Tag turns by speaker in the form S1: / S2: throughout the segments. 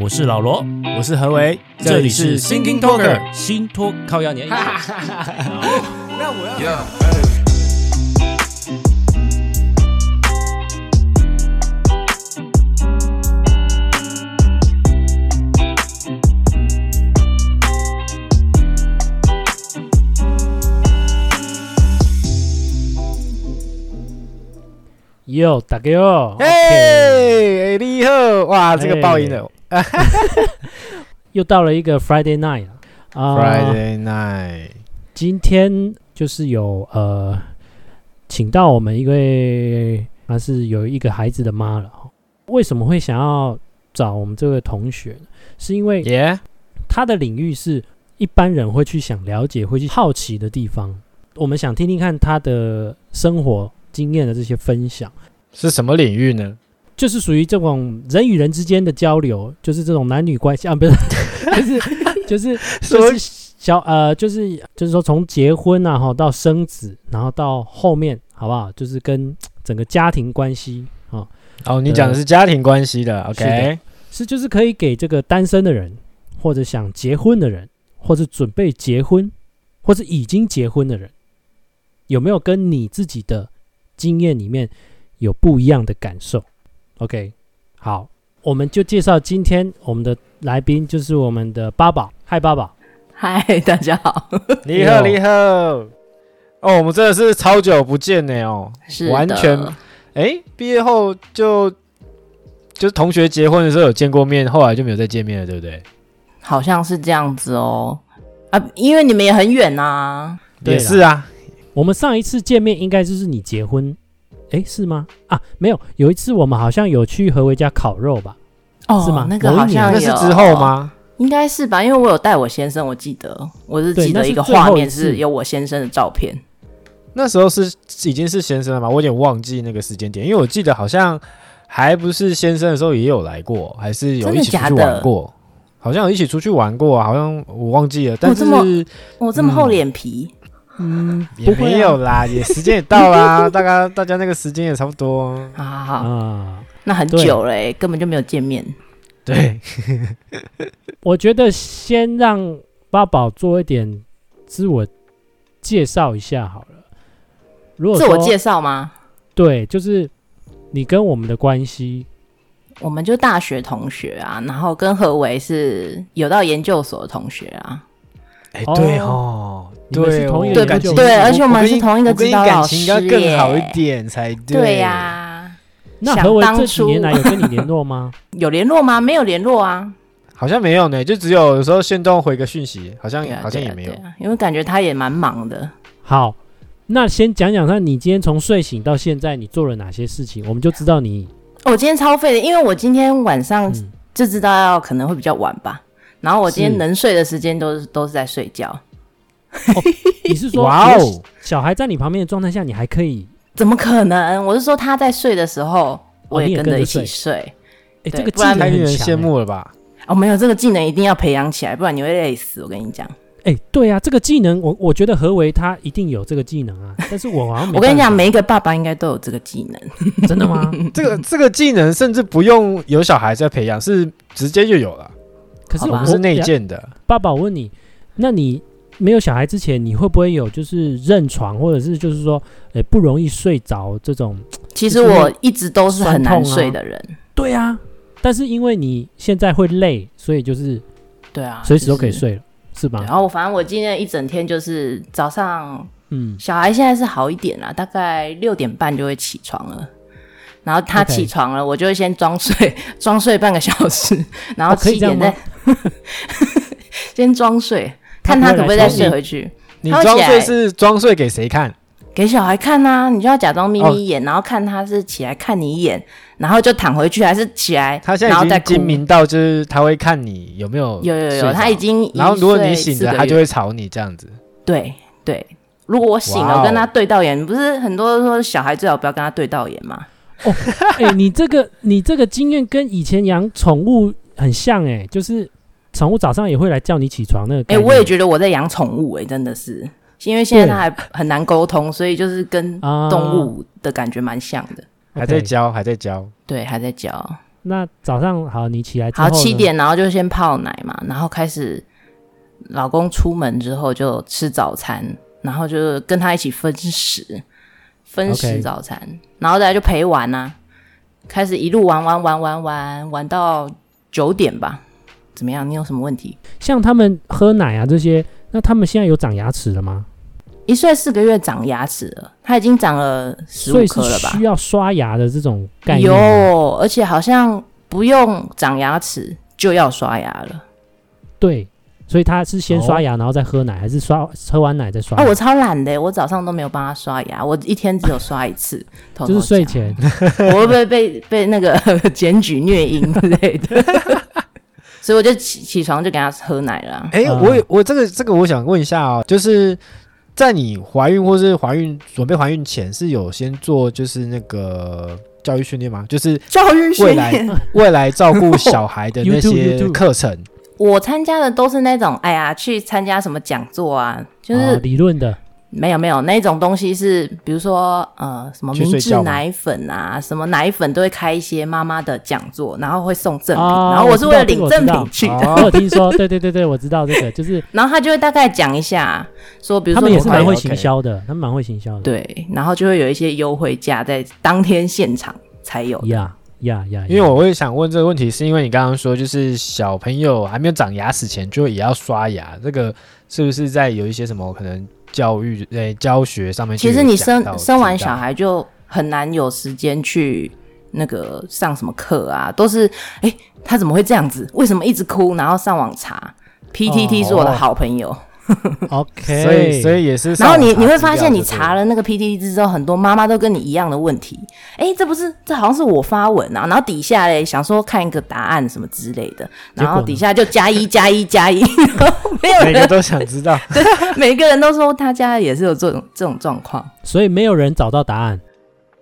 S1: 我是老罗，
S2: 我是何为，这里是 Thinking Talker。
S1: 新托靠压年。
S2: 那我要
S3: Yeah,
S4: Yo，大家好。
S2: 哎嘿，哎你好，
S4: 哎
S2: 哇，这个爆音了。
S4: 又到了一个 Friday night 了啊、
S2: Friday night，
S4: 今天就是有呃，请到我们一位，她是有一个孩子的妈了哦。为什么会想要找我们这位同学呢？是因为
S2: 耶，
S4: 她的领域是一般人会去想了解、会去好奇的地方。我们想听听看她的生活经验的这些分享。
S2: 是什么领域呢？
S4: 就是属于这种人与人之间的交流，就是这种男女关系啊，不是， 就是就是就是小呃，就是就是说从结婚啊哈到生子，然后到后面好不好？就是跟整个家庭关系啊，
S2: 哦，你讲的是家庭关系的
S4: 呃是
S2: ，OK？
S4: 的是就是可以给这个单身的人，或者想结婚的人，或者准备结婚，或者已经结婚的人，有没有跟你自己的经验里面有不一样的感受？OK，好，我们就介绍今天我们的来宾就是我们的八宝，嗨八宝，
S5: 嗨，大家好，
S2: 你好，
S4: Yo
S2: 你好。哦，我们真的是超久不见呢哦。
S5: 是
S2: 完
S5: 的
S2: 全诶，毕业后就就是同学结婚的时候有见过面，后来就没有再见面了，对不对？
S5: 好像是这样子哦，啊，因为你们也很远呐、
S4: 对
S2: 也
S4: 啦
S2: 是啊，
S4: 我们上一次见面应该就是你结婚，诶，是吗？啊，没有，有一次我们好像有去何为家烤肉吧？
S5: 哦，
S4: 是吗
S5: 那个
S4: 某一
S5: 好
S4: 年啊
S5: 像
S2: 那
S5: 有
S2: 是之后？吗？
S5: 应该是吧，因为我有带我先生，我记得我是
S4: 对
S5: 记
S4: 那
S5: 得
S4: 是
S5: 一个
S4: 最后
S5: 画
S4: 一
S5: 面
S4: 次
S5: 是有我先生的照片。
S2: 那时候是已经是先生了嘛？我有点忘记那个时间点，因为我记得好像还不是先生的时候也有来过，还是有
S5: 真
S2: 一
S5: 的
S2: 起出
S5: 假
S2: 去
S5: 的
S2: 玩过，好像有一起出去玩过啊，好像我忘记了，但
S5: 哦这么
S2: 是
S5: 我、这么厚脸皮，
S4: 嗯，
S2: 也
S4: 不会啊
S2: 没有啦，也时间也到啦，大概大家那个时间也差不多，
S5: 好好好，
S4: 啊。
S5: 那很
S4: 对
S5: 久了、欸，根本就没有见面。
S2: 对，
S4: 我觉得先让八宝做一点自我介绍一下好了。如果
S5: 自我
S4: 说
S5: 介绍吗？
S4: 对，就是你跟我们的关系，
S5: 我们就大学同学啊，然后跟何为是有到研究所的同学啊，
S2: 哎、
S4: 哦
S2: 对哦，
S4: 你们是
S2: 对
S4: 同一
S2: 哦
S4: 个
S5: 对
S4: 感
S5: 不
S4: 情
S5: 对？而且我们
S2: 跟
S5: 是
S2: 你
S5: 同一个
S2: 我跟
S5: 指
S2: 你
S5: 导老
S2: 感
S5: 师
S2: 情
S5: 耶，
S2: 应该更好一点才对。
S5: 对呀、
S4: 那
S5: 想
S4: 何为
S5: 当
S4: 这几
S5: 初
S4: 年来有跟你联络 吗？
S5: 有联络吗？没有联络啊，
S2: 好像没有呢，就只有有时候限动回个讯息，好像、
S5: 对啊，
S2: 好像
S5: 对啊
S2: 也没有
S5: 对。啊因为感觉他也蛮忙的。
S4: 好，那先讲讲看，你今天从睡醒到现在，你做了哪些事情，我们就知道你
S5: 哦我今天超废的，因为我今天晚上
S4: 嗯
S5: 就知道要可能会比较晚吧，然后我今
S4: 是
S5: 天能睡的时间都是都是在睡觉，
S4: 你是
S5: 啊
S4: 说
S2: 哇
S4: 有
S2: 哦，
S4: 小孩在你旁边的状态下，你还可以，
S5: 怎么可能？我是说他在睡的时候，我
S4: 哦你也
S5: 跟
S4: 跟
S5: 着
S4: 着
S5: 一起
S4: 睡
S5: 睡。
S4: 哎，
S5: 对
S4: 这个技
S5: 不
S4: 能
S5: 然
S2: 太
S4: 很
S2: 令人
S4: 强
S2: 羡
S4: 欸。
S2: 慕了吧？
S5: 哦，没有这个技能一定要培养起来，不然你会累死。我跟你讲，
S4: 哎，对啊，这个技能我我觉得何为他一定有这个技能啊，但是我好像没
S5: 我跟你
S4: 办
S5: 讲，
S4: 法
S5: 每一个爸爸应该都有这个技能。
S4: 真的 吗？
S2: 这
S5: 嗯
S2: 个这个技能甚至不用有小孩在培养，是直接就有了。
S4: 可是
S5: 好
S4: 我
S5: 吧
S2: 我
S4: 们
S2: 们是内建的，
S4: 爸爸，我问你，那你没有小孩之前，你会不会有就是认床，或者是就是说，诶、不容易睡着这种？
S5: 其
S4: 就是
S5: 实我一直都是很
S4: 酸
S5: 难
S4: 痛啊
S5: 睡的人，
S4: 对啊，但是因为你现在会累，所以就是
S5: 对啊，
S4: 随时都可以
S5: 就是。
S4: 睡了，是
S2: 啊
S5: 对啊然
S4: 吧？
S5: 后我反正我今天一整天就是早上
S4: 嗯，
S5: 小孩现在是好一点啦，大概六点半就会起床了。然后他
S4: OK
S5: 起床了我就会先装睡， 装睡半个小时，然后
S4: 哦可以
S5: 七
S4: 这样
S5: 点再、
S4: 吗
S5: 先装睡，
S4: 他
S5: 看
S4: 不会
S5: 他可不可以再
S4: 来吵
S5: 睡
S4: 你
S5: 回去。
S2: 你
S5: 他会
S2: 装
S5: 起来
S2: 睡是装睡给谁看？
S5: 给小孩看呐、你就要假装眯
S2: 哦
S5: 眯眼，然后看他是起来看你一眼，然后就躺回去，还是起来，
S2: 他现
S5: 然
S2: 在
S5: 后
S2: 已
S5: 再
S2: 经
S5: 哭
S2: 精。明到，就是他会看你有没有
S5: 有有
S2: 睡着
S5: 有，他已。经
S2: 然后如果你
S5: 一岁
S2: 醒
S5: 四
S2: 着，
S5: 个
S2: 他就
S5: 月
S2: 会吵你这样子。
S5: 对对。如果我醒
S2: 哇哦
S5: 了跟他对到眼，不是很多人说小孩最好不要跟他对到眼嘛？
S4: 诶、哎你这个你这个经验跟以前养宠物很像、诶，就是宠物早上也会来叫你起床那个
S5: 哎、
S4: 概念。
S5: 我也觉得我在养宠物、哎，真的是，因为现在
S4: 对
S5: 它还很难沟通，所以就是跟
S4: 啊
S5: 动物的感觉蛮像的。
S2: 还在教，还在教。
S5: 对，还在教。
S4: 那早上好，你起来之后
S5: 好，
S4: 呢
S5: 七点然后就先泡奶嘛，然后开始老公出门之后就吃早餐，然后就是跟他一起分 食，分
S4: OK
S5: 食早餐然后再来就陪玩啊，开始一路玩玩玩玩玩玩到九点吧。怎么样？你有什么问题？
S4: 像他们喝奶啊这些，那他们现在有长牙齿了吗？
S5: 一岁四个月长牙齿了，他已经长了十
S4: 所
S5: 五
S4: 以是
S5: 颗了吧
S4: 需？要刷牙的这种概念
S5: 有
S4: 吗。，
S5: 而且好像不用长牙齿就要刷牙了。
S4: 对，所以他是先刷牙，然后再喝奶，还是刷喝完奶再刷
S5: 啊，
S4: 牙？
S5: 哦我超懒的，我早上都没有帮他刷牙，我一天只有刷 一次，偷偷
S4: 就是睡
S5: 讲，
S4: 前，
S5: 我会不会被被那个 检举虐婴之类的？ 所以我就起起床就给他喝奶了啊。
S2: 哎、
S4: 嗯
S2: 我也我这个这个我想问一下哦，就是在你怀孕或是怀孕准备怀孕前，是有先做就是那个教育训练吗？就是
S5: 教育
S2: 训练，未来照顾小孩的 那
S4: YouTube-
S2: 些
S4: YouTube
S2: 课程。
S5: 我参加的都是那种，哎呀，去参加什么讲座啊，就
S4: 哦
S5: 是
S4: 理论的，
S5: 没有没有那种东西是，比如说呃什么
S2: 去
S5: 明
S2: 睡
S5: 治
S2: 觉吗
S5: 奶粉啊，什么奶粉都会开一些妈妈的讲座，然后会送赠品，
S4: 哦
S5: 然后
S4: 我
S5: 是
S4: 知
S5: 为了
S4: 道这个
S5: 领
S4: 我
S5: 赠
S4: 知道
S5: 品去的。
S4: 我有听说， 对对对对，我知道这个，就是
S5: 然后他就会大概讲一下，说比如
S4: 他
S5: 说
S4: 们也是
S5: 我怀
S4: 蛮
S5: 孕
S4: 会
S2: OK，OK
S4: 行销的，他们蛮会行销的，
S5: 对，然后就会有一些优惠价在当天现场才有。
S4: 呀呀呀，
S2: 因为我会想问这个问题，是因为你刚刚说，就是小朋友还没有长牙齿前就也要刷牙，这个是不是在有一些什么可能教育呃、教学上面就
S5: 其
S2: 有
S5: 实
S2: 讲到？
S5: 你生生完
S2: 知道
S5: 小孩就很难有时间去那个上什么课啊，都是哎、诶他怎么会这样子？为什么一直哭？然后上网查，PTT
S2: 哦
S5: 是我的好朋友。
S4: OK，
S2: 所以所以也是上
S5: 然
S2: 网查资料就
S5: 后
S2: 对了，
S5: 你你会发现，你查了那个 PTT 之后，很多妈妈都跟你一样的问题。哎，这不是这好像是我发文啊，然后底下嘞想说看一个答案什么之类的，
S4: 结果呢
S5: 然后底下就加一加一加一，然后没
S2: 每
S5: 有
S2: 个
S5: 人，
S2: 都想知道。
S5: 每个人都说他家也是有这种这种状况。
S4: 所以没有人找到答案，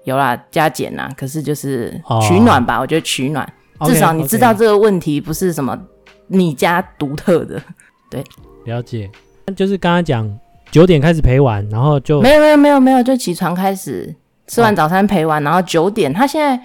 S5: 有啦，加减啦，可是就是
S4: 哦
S5: 取暖吧，我觉得取暖，至少你知道
S4: OK，OK，
S5: 这个问题不是什么你家独特的。
S4: 了解，就是刚刚讲九点开始陪玩，然后就
S5: 没有没有没有没有，就起床开始吃完早餐陪玩，然后九点他现在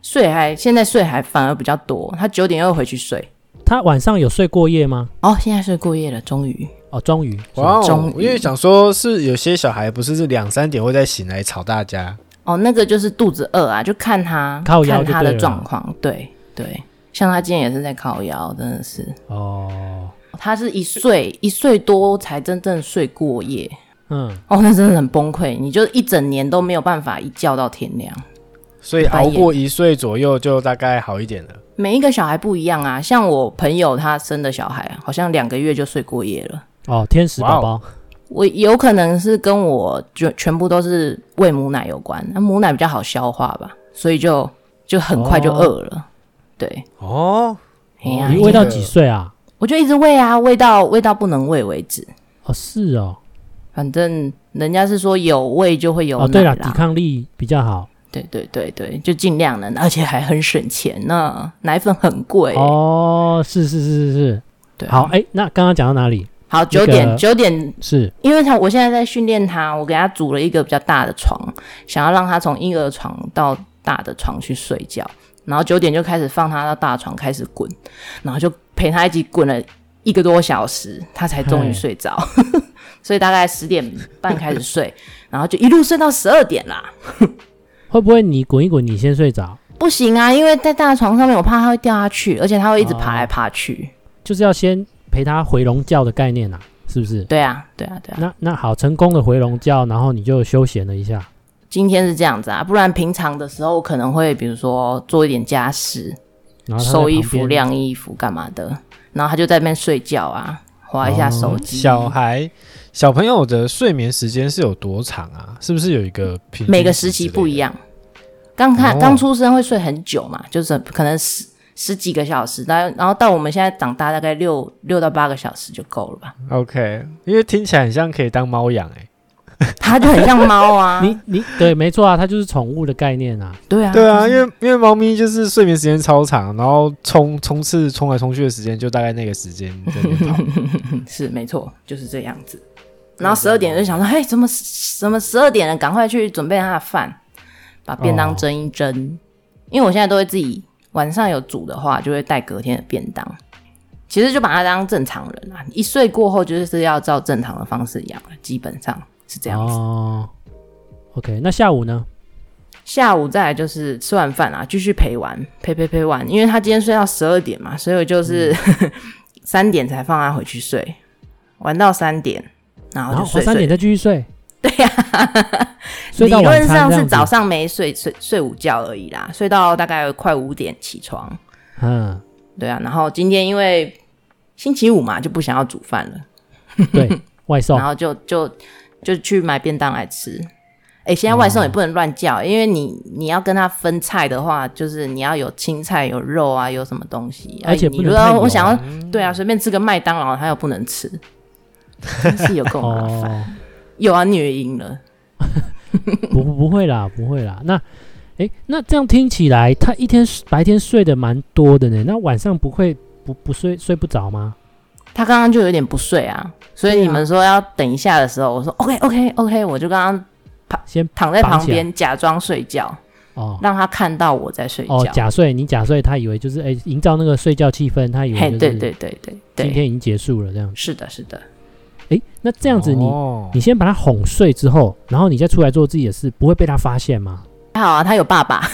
S5: 睡还现在睡还反而比较多，他九点又回去睡。
S4: 他晚上有睡过夜吗？
S5: 哦，现在睡过夜了，终于
S4: 哦，终于，
S2: 哇哦
S5: 终！于
S2: 因为想说，是有些小孩不是是两三点会再醒来吵大家，
S5: 哦，那个就是肚子饿啊，就看他
S4: 靠腰
S5: 看他
S4: 就对
S5: 的
S4: 了
S5: 状况，对对，像他今天也是在靠腰，真的是
S4: 哦，
S5: 他是一岁一岁多才真正睡过夜，
S4: 嗯，
S5: 哦，那真的很崩溃，你就一整年都没有办法一觉到天亮。
S2: 所以
S5: 半
S2: 熬
S5: 夜嗯
S2: 过一岁左右就大概好一点了。
S5: 每一个小孩不一样啊，像我朋友他生的小孩，好像两个月就睡过夜了。
S4: 哦，天使宝宝，
S5: 我有可能是跟我就全部都是喂母奶有关，那母奶比较好消化吧，所以就就很快就饿了。对，
S2: 哦，
S5: 哎呀、
S4: 你
S2: 因为
S4: 喂到几岁啊？
S5: 我就一直喂啊，喂到喂到不能喂为止。
S4: 哦，是哦，
S5: 反正人家是说有喂就会有奶
S4: 哦，对
S5: 啦
S4: 了，抵抗力比较好，
S5: 对对对对，就尽量能，而且还很省钱呢，奶粉很贵。
S4: 哦，是是是是是，
S5: 对啊，
S4: 好，哎，那刚刚讲到哪里？
S5: 好九
S4: 那个
S5: 点九点
S4: 是
S5: 因为他我现在在训练他，我给他组了一个比较大的床，想要让他从婴儿床到大的床去睡觉，然后九点就开始放他到大床开始滚，然后就陪他一起滚了一个多小时，他才终于睡 着，所以大概十点半开始睡， 然后就一路睡到十二点啦。
S4: 会不会你滚一滚，你先睡着，
S5: 不行啊，因为在大床上面，我怕他会掉下去，而且他会一
S4: 哦
S5: 直爬来爬去。
S4: 就是要先陪他回笼觉的概念啊，是不是？
S5: 对啊，对啊，对啊。
S4: 那那好，成功的回笼觉，然后你就休闲了一下，
S5: 今天是这样子啊，不然平常的时候我可能会比如说做一点家事，
S4: 然后他在
S5: 收衣
S4: 旁边
S5: 服、晾衣服干嘛的，然后他就在那边睡觉啊，划一下手机。
S2: 哦小孩小朋友的睡眠时间是有多长啊？是不是有一个平均
S5: 每个
S2: 值
S5: 时期
S2: 之类
S5: 不
S2: 的
S5: 一样，刚看
S2: 哦
S5: 刚出生会睡很久嘛，就是可能十十几个小时，然后然后到我们现在长大大概六六到八个小时就够了吧。
S2: ？OK，因为听起来很像可以当猫养哎、
S5: 他就很像 猫啊，
S4: 你你对，没错啊，它就是宠物的概念啊。
S5: 对啊，
S2: 对啊，
S5: 就
S2: 因
S5: 是
S2: 为因为猫咪就是睡眠时间超长，然后冲冲刺冲来冲去的时间就大概那个时 间在那边跑
S5: 是没错，就是这样
S4: 嗯
S5: 子。然后十二点就想说，嘿，怎么怎么十二点了？赶快去准备他的饭，把便当
S4: 哦
S5: 蒸一蒸。因为我现在都会自己，晚上有煮的话，就会带隔天的便当。其实就把它当正常人啦，一岁过后就是要照正常的方式养了，基本上是这样子。
S4: 哦，OK，那下午呢？
S5: 下午再来就是吃完饭啊，继续陪玩，陪陪陪玩。因为他今天睡到十二点嘛，所以我就是
S4: 嗯
S5: 三、点才放他回去睡，玩到三点，然后
S4: 然
S5: 就
S4: 后哦
S5: 睡
S4: 三点
S5: 睡。
S4: 再继续睡，
S5: 对呀、
S4: 睡到
S5: 理
S4: 晚
S5: 论
S4: 餐
S5: 上
S4: 这
S5: 是
S4: 样子
S5: 早。上没睡，睡睡午觉而已啦，睡到大概快五点起床。
S4: 嗯，
S5: 对啊，然后今天因为星期五嘛，就不想要煮饭了，
S4: 对，外送
S5: 然后就就就去买便当来吃。哎、现在
S4: 哦
S5: 外送也不能乱叫，因为你你要跟他分菜的话，就是你要有青菜、有肉啊，有什么东西。
S4: 而且
S5: 哎你
S4: 不
S5: 如
S4: 能
S5: 果
S4: 太油
S5: 我想要，对啊，随便吃个麦当劳，他又不能吃，真是有够麻 烦。
S4: 哦，
S5: 有啊，虐婴了。
S4: 不不不会啦，不会啦。那诶，那这样听起来，他一天白天睡的蛮多的呢，那晚上不会不不睡睡不着吗？
S5: 他刚刚就有点不睡啊，所以
S4: 对啊
S5: 你们说要等一下的时候，我说 OK OK OK，我就刚刚
S4: 先
S5: 躺在
S4: 绑
S5: 旁
S4: 起来
S5: 边假装睡觉，
S4: 哦
S5: 让他看到我在睡觉。
S4: 哦，假睡，你假睡，他以为就是诶，营造那个睡觉气氛，他以为
S5: 嘿
S4: 就，是
S5: 对对对对
S4: 今
S5: 对，
S4: 天已经结束了这样。
S5: 是的，是的，
S4: 诶，那这
S2: 这
S4: 样子你、
S5: 哦
S2: 哦
S4: 你先把他哄睡之后，然后你再出来做自己的事，不会被他发现吗
S5: 还好啊，他有爸爸。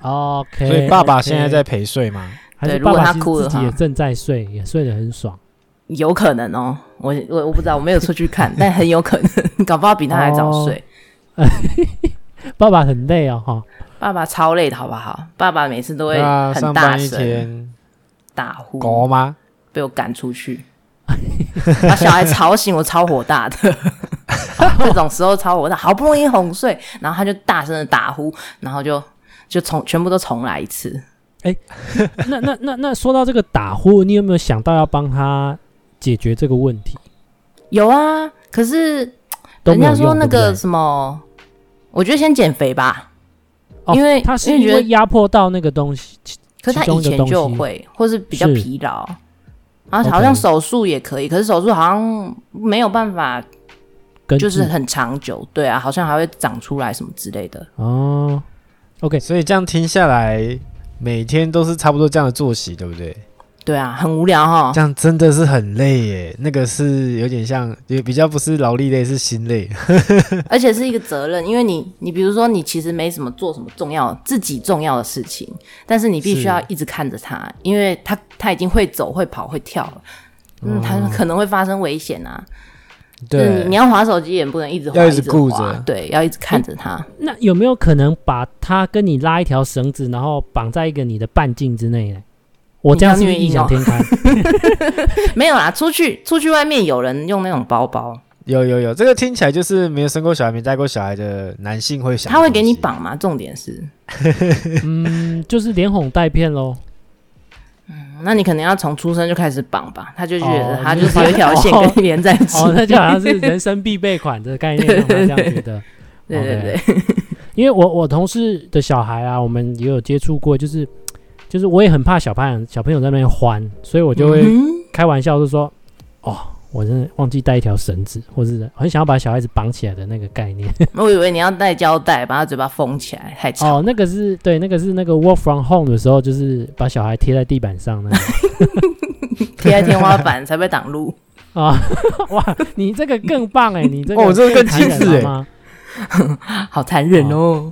S4: ？OK，
S2: 所以爸爸
S4: OK
S2: 现在在陪睡吗？
S4: 还是
S5: 对如
S4: 爸
S5: 果
S4: 爸
S5: 他
S4: 其实
S5: 哭
S4: 自
S5: 了
S4: 己也
S5: 哈
S4: 正在睡，也睡得很爽。
S5: 有可能哦，我我我不知道，我没有出去 看，但很有可能， 搞不好比他还早
S4: 哦
S5: 睡。
S4: 爸爸很累哦，哈，
S5: 爸爸超累的，好不好？爸爸每次都会
S4: 啊
S2: 那
S5: 很
S2: 上
S5: 大
S2: 班一
S5: 声
S2: 天
S5: 打
S2: 狗
S5: 呼，
S2: 吗？
S5: 被我赶出去， 把小孩吵醒，我超火大的。 这种时候超火大，好不容易哄睡，然后他就大声的打呼，然后就就重全部都重来一次。
S4: 那那那那说到这个打呼，你有没有想到要帮他解决这个问题？
S5: 有啊，可是
S4: 都
S5: 人
S4: 没有
S5: 家
S4: 用
S5: 说那
S4: 对
S5: 个
S4: 不对
S5: 什么，我觉得先减肥吧，
S4: 哦
S5: 因为
S4: 他是
S5: 因为
S4: 因
S5: 觉得
S4: 为压迫到那个东西，
S5: 可是他
S4: 其中
S5: 以
S4: 一个
S5: 前就
S4: 东西
S5: 会，或是比较
S4: 是
S5: 疲劳，然后好像
S4: OK
S5: 手术也可以，可是手术好像没有办法，
S4: 跟
S5: 就是很长久，对啊，好像还会长出来什么之类的。
S4: 哦，OK，
S2: 所以这样听下来，每天都是差不多这样的作息，对不对？
S5: 对啊，很无聊哈
S2: 这。样真的是很累耶，那个是有点像，也比较不是劳力累，是心累。
S5: 而且是一个责任，因为你，你比如说你其实没什么做什么重要自己重要的事情，但是你必须
S2: 是
S5: 要一直看着他，因为他他已经会走、会跑、会跳了，嗯，他可能会发生危险啊。嗯就是你你要划手机也不能一直划，
S2: 要一直
S5: 划
S2: 顾着
S5: 对，要一直看着他。
S4: 那有没有可能把他跟你拉一条绳子，然后绑在一个你的半径之内呢？我这样是不是异
S5: 哦
S4: 想天开？
S5: 没有啦，出去出去外面有人用那种包包，
S2: 有有有，这个听起来就是没有生过小孩、没带过小孩的男性会想，
S5: 他会给你。绑吗？重点是，
S4: 嗯，就是连哄带骗喽。
S5: 那你可能要从出生就开始绑吧。他就觉
S4: 哦
S5: 得他
S4: 就是
S5: 就是
S4: 把
S5: 有一条线
S4: 哦
S5: 跟你连在一起。
S4: 哦，那就 好像是人生必备款的概念，让他这样觉得。
S5: 对对
S4: OK
S5: 对，
S4: 因为我我同事的小孩啊，我们也有接触过，就是就是我也很怕小朋友小朋友在那边欢，所以我就会
S5: 嗯
S4: 开玩笑就说，哦，我真的忘记带一条绳子，或是很想要把小孩子绑起来的那个概念。
S5: 我以为你要带胶带把他嘴巴封起来，太吵。
S4: 哦，那个是对，那个是那个 work from home 的时候，就是把小孩贴在地板上那个
S5: 贴在天花板才被 挡路。
S4: 啊，哇，你这个更棒哎，你这个
S2: 哦，这个更
S4: 太
S2: 极
S4: 感
S2: 致
S4: 人
S2: 哎，
S4: 吗？
S5: 好残忍哦！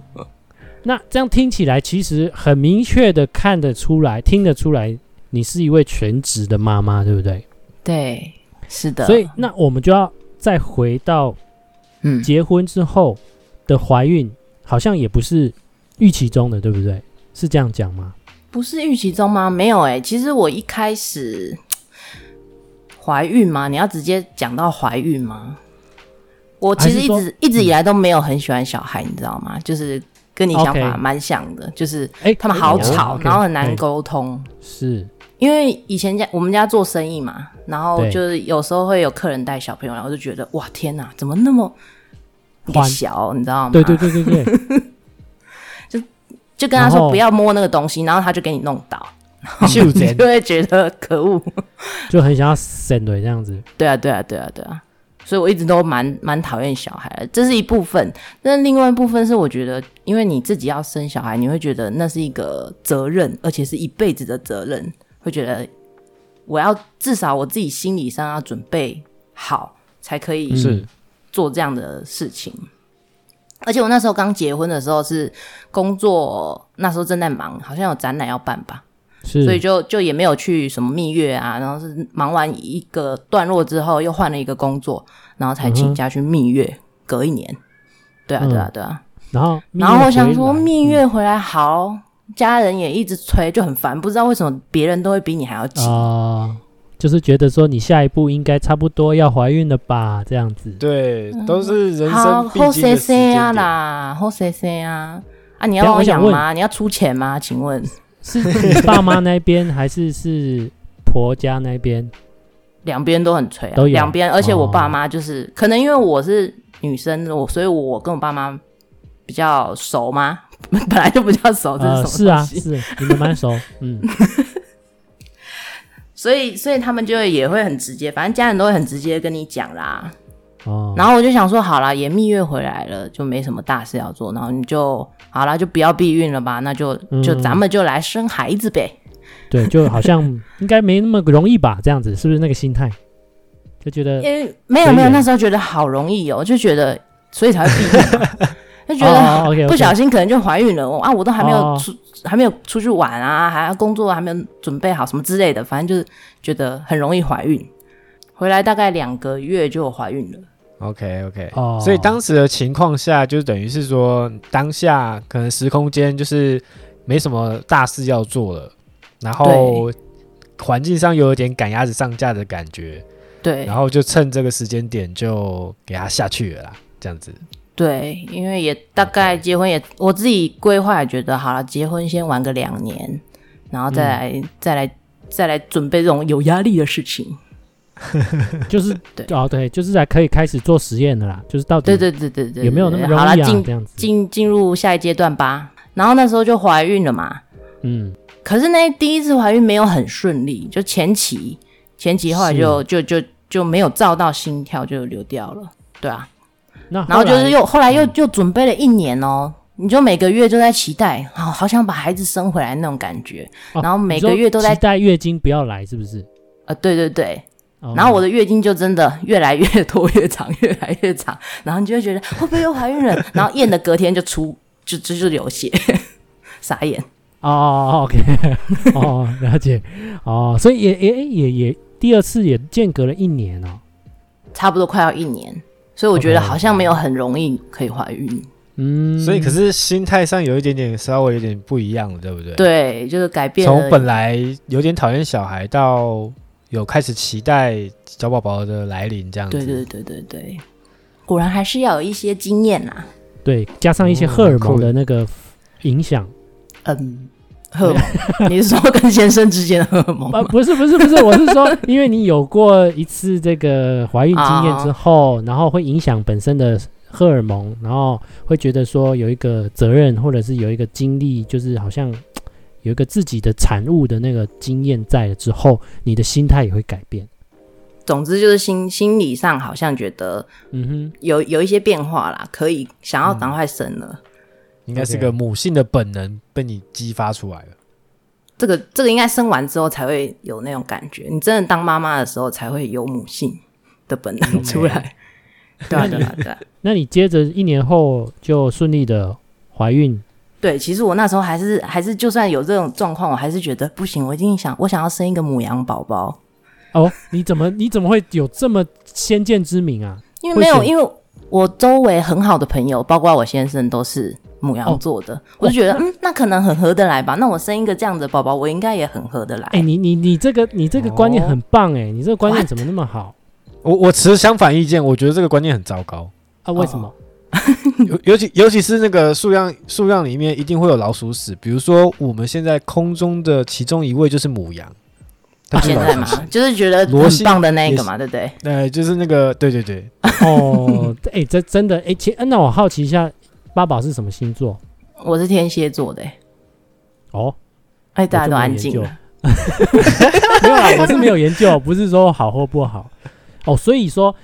S4: 那这样听起来，其实很明确的看得出来，听得出来，你是一位全职的妈妈，对不对？
S5: 对，是的。
S4: 所以，那我们就要再回到
S5: 嗯，
S4: 结婚之后的怀孕，好像也不是预期中的，对不对？是这样讲吗？
S5: 不是预期中吗？没有哎、其实我一开始怀孕嘛，你要直接讲到怀孕吗？我其
S4: 还
S5: 实
S4: 是
S5: 一
S4: 说
S5: 直一直以来都没有很喜欢小孩，你知道吗？就是跟你想
S4: OK
S5: 法蛮像的，就是
S4: 哎，
S5: 他们好吵，
S4: OK，
S5: 然后很难
S4: 哎
S5: 沟通。
S4: 是
S5: 因为以前家我们家做生意嘛，然后
S4: 对
S5: 就是有时候会有客人带小朋友来，我就觉得哇天哪，怎么那么
S4: 欢
S5: 小，你知道吗？
S4: 对对对对 对，
S5: 就跟他
S4: 然
S5: 说
S4: 后
S5: 不要摸那个东西，然后他就给你弄倒，
S2: 秀
S5: 你
S2: 珍
S5: 就会觉得可恶。
S4: 就很想要省的这样子。
S5: 对啊，对啊，对啊，对啊。所以我一直都蛮蛮讨厌小孩的，这是一部分。但另外一部分是，我觉得因为你自己要生小孩，你会觉得那是一个责任，而且是一辈子的责任，会觉得我要至少我自己心理上要准备好，才可以
S4: 嗯
S2: 是
S5: 做这样的事情。而且我那时候刚结婚的时候是工作，那时候正在忙，好像有展览要办吧，
S4: 是，
S5: 所以就就也没有去什么蜜月啊。然后是忙完一个段落之后，又换了一个工作，然后才请假去蜜月，隔一年。对啊，
S4: 嗯
S5: 对啊，对啊。
S4: 然后蜜月
S5: 然后我想
S4: 回
S5: 说，
S4: 来
S5: 蜜月回来好，家人也一直催，就很烦，不知道为什么别人都会比你还要急。
S4: 啊，就是觉得说你下一步应该差不多要怀孕了吧，这样子。
S2: 对，都是人
S5: 嗯好，
S2: 生必
S5: 后
S2: 经的
S5: 谁
S2: 时间
S5: 谁啊
S2: 点。
S5: 啦，后谁谁啊？啊，你
S4: 等一
S5: 要
S4: 下
S5: 我
S4: 我想
S5: 养吗？你要出钱吗？请问
S4: 是你爸妈那边还是是婆家那边？
S5: 两边都很催啊
S4: 都，有
S5: 两边，而且我
S4: 哦
S5: 爸妈就是、可能因为我是女生，我所以我跟我爸妈比较熟吗？ 本来就比较熟，哦这
S4: 呃，
S5: 是
S4: 是
S5: 什么
S4: 啊，
S5: 东西？
S4: 是你们蛮熟， 嗯，
S5: 所以所以他们就会也会很直接，反正家人都会很直接跟你讲啦。
S4: 哦，
S5: 然后我就想说，好啦，也蜜月回来了，就没什么大事要做，然后你就好啦，就不要避孕了吧，那就就
S4: 嗯
S5: 咱们就来生孩子呗。
S4: 对，就好像应该没那么容易吧，这样子是不是那个心态？就觉得
S5: 因为没有
S4: 随
S5: 没有，
S4: 缘
S5: 那时候觉得好容易哦，就觉得所以才会避孕嘛， 就觉
S4: 哦
S5: 得
S4: ，OK，
S5: 不小心可能就怀孕了哦啊，我都还没有
S4: 哦
S5: 出还没有出去玩啊，还要工作还没有准备好什么之类的，反正就是觉得很容易怀孕。回来大概两个月就怀孕了，
S2: OK OK，
S4: 哦，
S2: 所以当时的情况下，就等于是说，当下可能时空间就是没什么大事要做了，然后环境上又有点赶鸭子上架的感觉，
S5: 对
S2: 然后就趁这个时间点就给它下去了啦，这样子。
S5: 对，因为也大概结婚也我自己规划也觉得好了，结婚先玩个两年，然后再来、
S4: 嗯
S5: 再来再来准备这种有压力的事情。
S4: 就是
S5: 对
S4: 哦，对，就是才可以开始做实验的啦，就是到底
S5: 对对对对对，
S4: 有没有那么
S5: 对
S4: 容
S5: 好了
S4: 易啊
S5: 进？
S4: 这样子，
S5: 进进入下一阶段吧。然后那时候就怀孕了嘛，
S4: 嗯，
S5: 可是那第一次怀孕没有很顺利，就前期前期后来就就就就没有照到心跳就流掉了，对啊。
S4: 那
S5: 然后就
S4: 来
S5: 是又后来又又准备了一年哦，你就每个月就在期待，好好想把孩子生回来那种感觉。
S4: 哦
S5: 然后每
S4: 你
S5: 个
S4: 说
S5: 月都在
S4: 期待月经不要来，是不是？
S5: 呃，对对对，
S4: 哦
S5: 然后我的月经就真的越来越多，越长，越来越长，然后你就会觉得会不会又怀孕了？然后验的隔天就出就就就流血， 傻眼。
S4: 哦哦哦，OK，哦， 了解，哦，所以也也也也第二次也间隔了一年哦，
S5: 差不多快要一年，所以我觉得
S4: OK
S5: 好像没有很容易可以怀孕。
S4: 嗯，
S2: 所以可是心态上有一点点稍微有点不一样了，对不对？。
S5: 对，就是改变了
S2: 从本来有点讨厌小孩，到有开始期待小宝宝的来临，这样子。
S5: 对对对对对，果然还是要有一些经验啊啦。
S4: 对，加上一些
S2: 哦
S4: 荷尔蒙
S2: 酷
S4: 的那个影响，
S5: 嗯，荷尔蒙，你是说跟先生之间的荷尔
S2: 哦
S5: 蒙
S4: 啊，
S5: 吗？
S4: 不是不是 不是，我是说，因为你有过一次这个怀孕经验之后，然后会影响本身的荷尔蒙，然后会觉得说有一个责任，或者是有一个经历，就是好像有一个自己的产物的那个经验在了之后，你的心态也会改变。
S5: 总之就是心心理上好像觉得
S4: 嗯
S5: 有有一些变化啦，可以想要赶快生了。
S2: 应该是个母性的本能被你激发出来了。
S5: 这个这个应该生完之后才会有那种感觉，你真的当妈妈的时候才会有母性的本能出来。对啊，对啊，对啊。
S4: 哼，那你接着一年后就顺利的怀孕，
S5: 对，其实我那时候还是还是，就算有这种状况，我还是觉得不行，我一定想我想要生一个母羊宝宝，
S4: 哦，你怎么你怎么会有这么先见之明啊？
S5: 因为没有，
S4: 不行
S5: 因为我周围很好的朋友，包括我先生都是母
S4: 哦
S5: 羊座的，我就觉得、嗯，那可能很合得来吧。那我生一个这样的宝宝，我应该也很合得来。
S4: 哎、你你你这个你这个观念
S2: 哦
S4: 很棒哎、你这个观念
S5: What？
S4: 怎么那么好
S2: 我我持相反意见，我觉得这个观念很糟糕。
S4: 啊？为什么？
S2: 尤尤其尤其是那个数量数量里面一定会有老鼠屎，比如说我们现在空中的其中一位就是母羊，它就是
S5: 哦现
S2: 老
S5: 在
S2: 鼠
S5: 嘛
S2: 屎，
S5: 就是觉得
S2: 罗
S5: 很
S2: 西
S5: 棒的那一个嘛，对不对？
S2: 呃，就是那个对对对，
S4: 哦，哎、这真的哎、其呃那我好奇一下，八宝是什么星座？
S5: 我是天蝎座的、哎
S4: 哦，
S5: 哎，大家
S4: 这
S5: 都
S4: 么
S5: 安
S4: 研
S5: 静
S4: 究
S5: 了。
S4: 没有啦，我是没有研究，不是说好或不好。哦，所以说，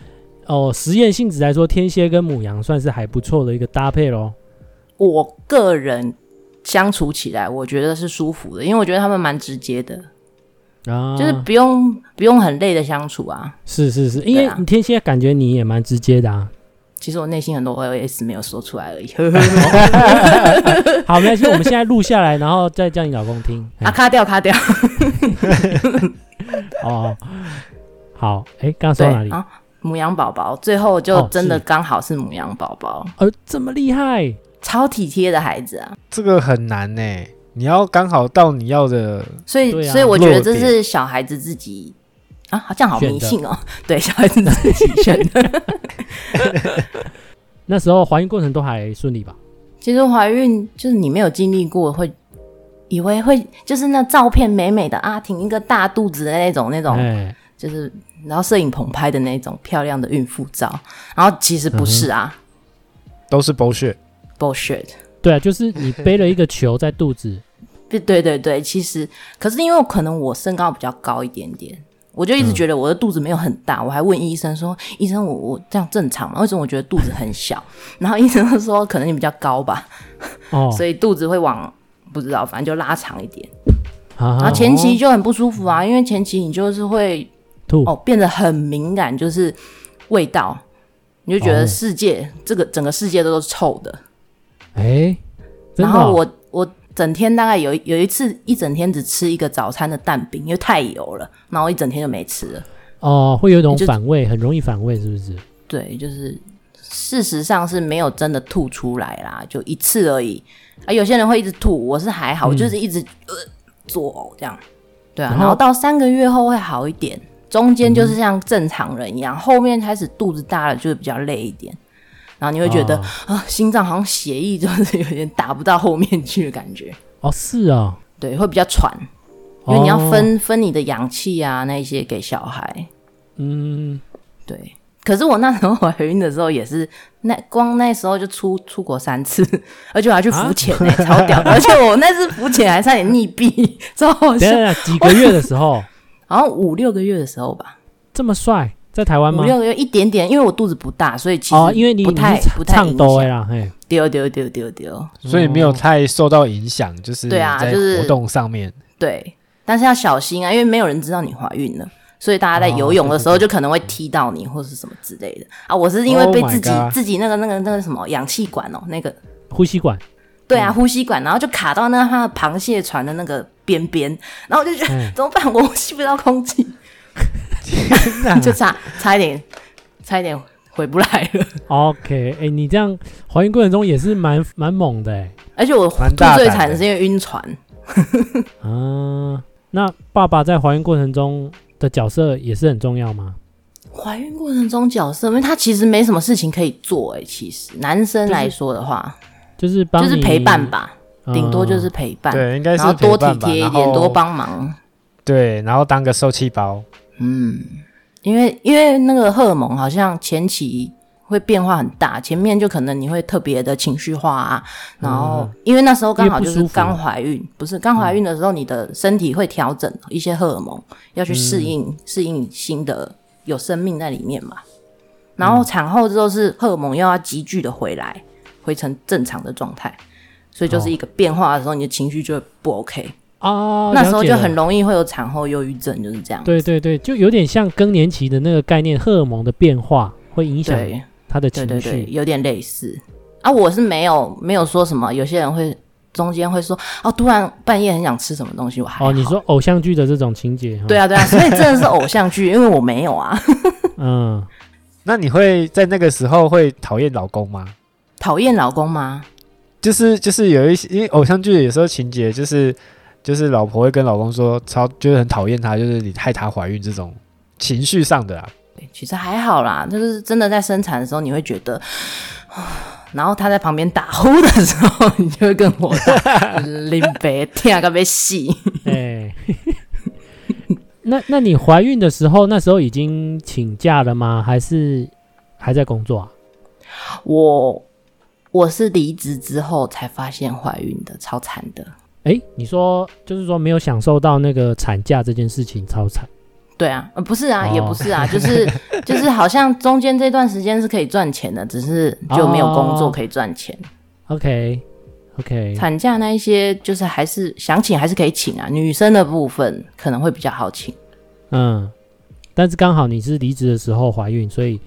S4: 哦，实验性质来说，天蝎跟母羊算是还不错的一个搭配咯。
S5: 我个人相处起来，我觉得是舒服的，因为我觉得他们蛮直接的，
S4: 啊，
S5: 就是不用不用很累的相处啊。
S4: 是是是，因为
S5: 对啊
S4: 你天蝎感觉你也蛮直接的啊。
S5: 其实我内心很多 OS 没有说出来而 已，
S4: 好，没关系，我们现在录下来，然后再叫你老公听。
S5: 啊，卡掉卡掉。
S4: 哦，好，哎，刚刚说到
S5: 对
S4: 哪里？
S5: 啊？母羊宝宝，最后就
S4: 哦
S5: 真的
S4: 是
S5: 刚好是母羊宝宝，
S4: 呃，这么厉害，
S5: 超体贴的孩子啊。
S2: 这个很难呢、你要刚好到你要的，
S5: 所以，
S4: 对啊
S5: 所以我觉得这
S2: 弱点
S5: 是小孩子自己啊，好像好
S4: 选的
S5: 迷信哦。 对，小孩子自己选的。
S4: 那时候怀孕过程都还顺利吧？
S5: 其实怀孕就是你没有经历过，会以为会就是那照片美美的阿婷，一个大肚子的那种那种，
S4: 哎，
S5: 就是然后摄影棚拍的那种漂亮的孕妇照，然后其实不是啊、
S2: 都是 bullshit。
S5: b u l l s h i t
S4: 对啊，就是你背了一个球在肚 子，
S5: 对对对对，其实可是因为可能我身高比较高一点点，我就一
S4: 嗯
S5: 直觉得我的肚子没有很大，我还问医生说：“医生我，我这样正常吗？为什么我觉得肚子很小？” 然后医生就说：“可能你比较高吧，
S4: 哦，
S5: 所以肚子会往不知道，反正就拉长一点。”
S4: 好
S5: 然
S4: 好
S5: 后前期就很不舒服啊，因为前期你就是
S4: 哦
S5: 会
S4: 吐，
S5: 哦变得很敏感，就是味道，你就觉
S4: 哦
S5: 得世界、这个整个世界都是臭的。
S4: 哎，真的
S5: 然后
S4: 哦
S5: 我我整天大概有一有一次一整天只吃一个早餐的蛋饼，因为太油了，然后一整天就没吃了。
S4: 哦，会有一种
S5: 就
S4: 反胃，很容易反胃，是不是？
S5: 对，就是事实上是没有真的吐出来啦，就一次而已。啊，有些人会一直吐，我是还好，我就是一直呃作呕这样。对啊，
S4: 嗯然后
S5: 然后到三个月后会好一点，中间就是像正常人一
S4: 嗯
S5: 样，后面开始肚子大了就会比较累一点。然后你会觉得
S4: 哦
S5: 啊、心脏好像血液就是有点打不到后面去的感觉，
S4: 哦，是 啊，
S5: 对，会比较喘。因为你要
S4: 哦
S5: 分、分你的氧气啊那一些给小孩。
S4: 嗯，
S5: 对，可是我那时候怀孕的时候也是，那光那时候就出出国三次，而且我还
S4: 啊
S5: 去浮潜、欸，超屌的！而且我那次浮潜还差点溺毙，超好
S4: 等
S5: 笑
S4: 一。下等一下几个月的时候
S5: 好像五六个月的时候吧，
S4: 这么帅，在台湾
S5: 五
S4: 吗？
S5: 六个月一点点，因为我肚子不大，所以其实
S4: 哦，因为你
S5: 不
S4: 你
S5: 太
S4: 是
S5: 不太
S4: 唱
S5: 影
S4: 兜哎
S5: 响。
S4: 啦，嘿，
S5: 丢丢丢丢丢，
S2: 所以没有太受到影响，就是
S5: 对啊
S2: 在
S5: 就是
S2: 活动上面，
S5: 对，但是要小心啊，因为没有人知道你怀孕了。所以大家在
S4: 哦
S5: 游泳的时候
S4: 对
S5: 就可能会踢到你或是什么之类的啊！我是因为
S2: Oh
S5: 被
S2: my
S5: 自己、
S2: God 嗯
S5: 自己那个那个那个什么氧气管哦，那个
S4: 呼吸管，
S5: 对啊，呼吸管，然后就卡到那个它的螃蟹船的那个边边，然后我就觉得、
S4: 嗯
S5: 怎么办，我呼吸不到空气， 就差差一点，差一点回不来了。
S4: OK，哎、你这样怀孕过程中也是蛮蛮猛的哎、
S5: 而且我
S2: 蛮
S5: 吐
S2: 大胆的
S5: 最惨的是因为晕船，
S4: 啊，那爸爸在怀孕过程中的角色也是很重要吗？
S5: 怀孕过程中角色，因为他其实没什么事情可以做、哎，其实男生来说的话，
S4: 就是帮
S5: 就是
S4: 你
S5: 陪伴，吧，
S4: 嗯
S5: 顶多就是陪伴，
S2: 哦对，应该
S5: 然
S2: 是
S5: 后多
S2: 陪伴
S5: 体
S2: 吧
S5: 贴一
S2: 然
S5: 点，
S2: 后
S5: 多帮忙，
S2: 对，然后当个受气包，
S5: 嗯，因为因为那个荷尔蒙好像前期会变化很大，前面就可能你会特别的情绪化啊，然后、因为那时候刚好就
S4: 嗯因为
S5: 是
S4: 不舒服
S5: 刚怀孕，不是刚怀孕的时候，你的身体会调整一些荷尔蒙，要去适应
S4: 嗯
S5: 适、应新的有生命在里面嘛。然
S4: 嗯
S5: 后产后之后是荷尔蒙又要急剧的回来，回成正常的状态，所以
S4: 哦
S5: 就是一个变化的时候，你的情绪就会不 OK。
S4: 啊，
S5: 那时候
S4: 了解
S5: 就
S4: 了
S5: 很容易会有产后忧郁症，就是这样。
S4: 对对对，就有点像更年期的那个概念，荷尔蒙的变化会影响
S5: 对。
S4: 他的情
S5: 对
S4: 绪。
S5: 对对，有点类似啊。我是没有没有说什么，有些人会中间会说哦，突然半夜很想吃什么东西，我还好
S4: 哦，你说偶像剧的这种情节，哈
S5: 对，啊对啊，所以真的是偶像剧，因为我没有啊，
S4: 嗯，
S2: 那你会在那个时候会讨厌老公吗？
S5: 讨厌老公吗？
S2: 就是就是有一些，因为偶像剧有时候情节就是就是老婆会跟老公说超就是很讨厌他，就是你害她怀孕这种情绪上的啊。
S5: 对其实还好啦，就是真的在生产的时候，你会觉得。 然后他在旁边打呼的时候，你就会跟我 打林北听个被戏。
S4: 哎，那那你怀孕的时候，那时候已经请假了吗？还是还在工作啊？
S5: 我我是离职之后才发现怀孕的，超惨的。
S4: 哎，你说就是说没有享受到那个产假这件事情，超惨。
S5: 对啊，呃，不是啊，
S4: 哦
S5: 也不是啊， 就是就是好像中间这段时间是可以赚钱的，只是就没有工作可以赚钱。
S4: 嗯 OK OK，
S5: 产假那一些就是还是想请还是可以请啊，女生的部分可能会比较好请。
S4: 嗯，但是刚好你是离职的时候怀孕，所以也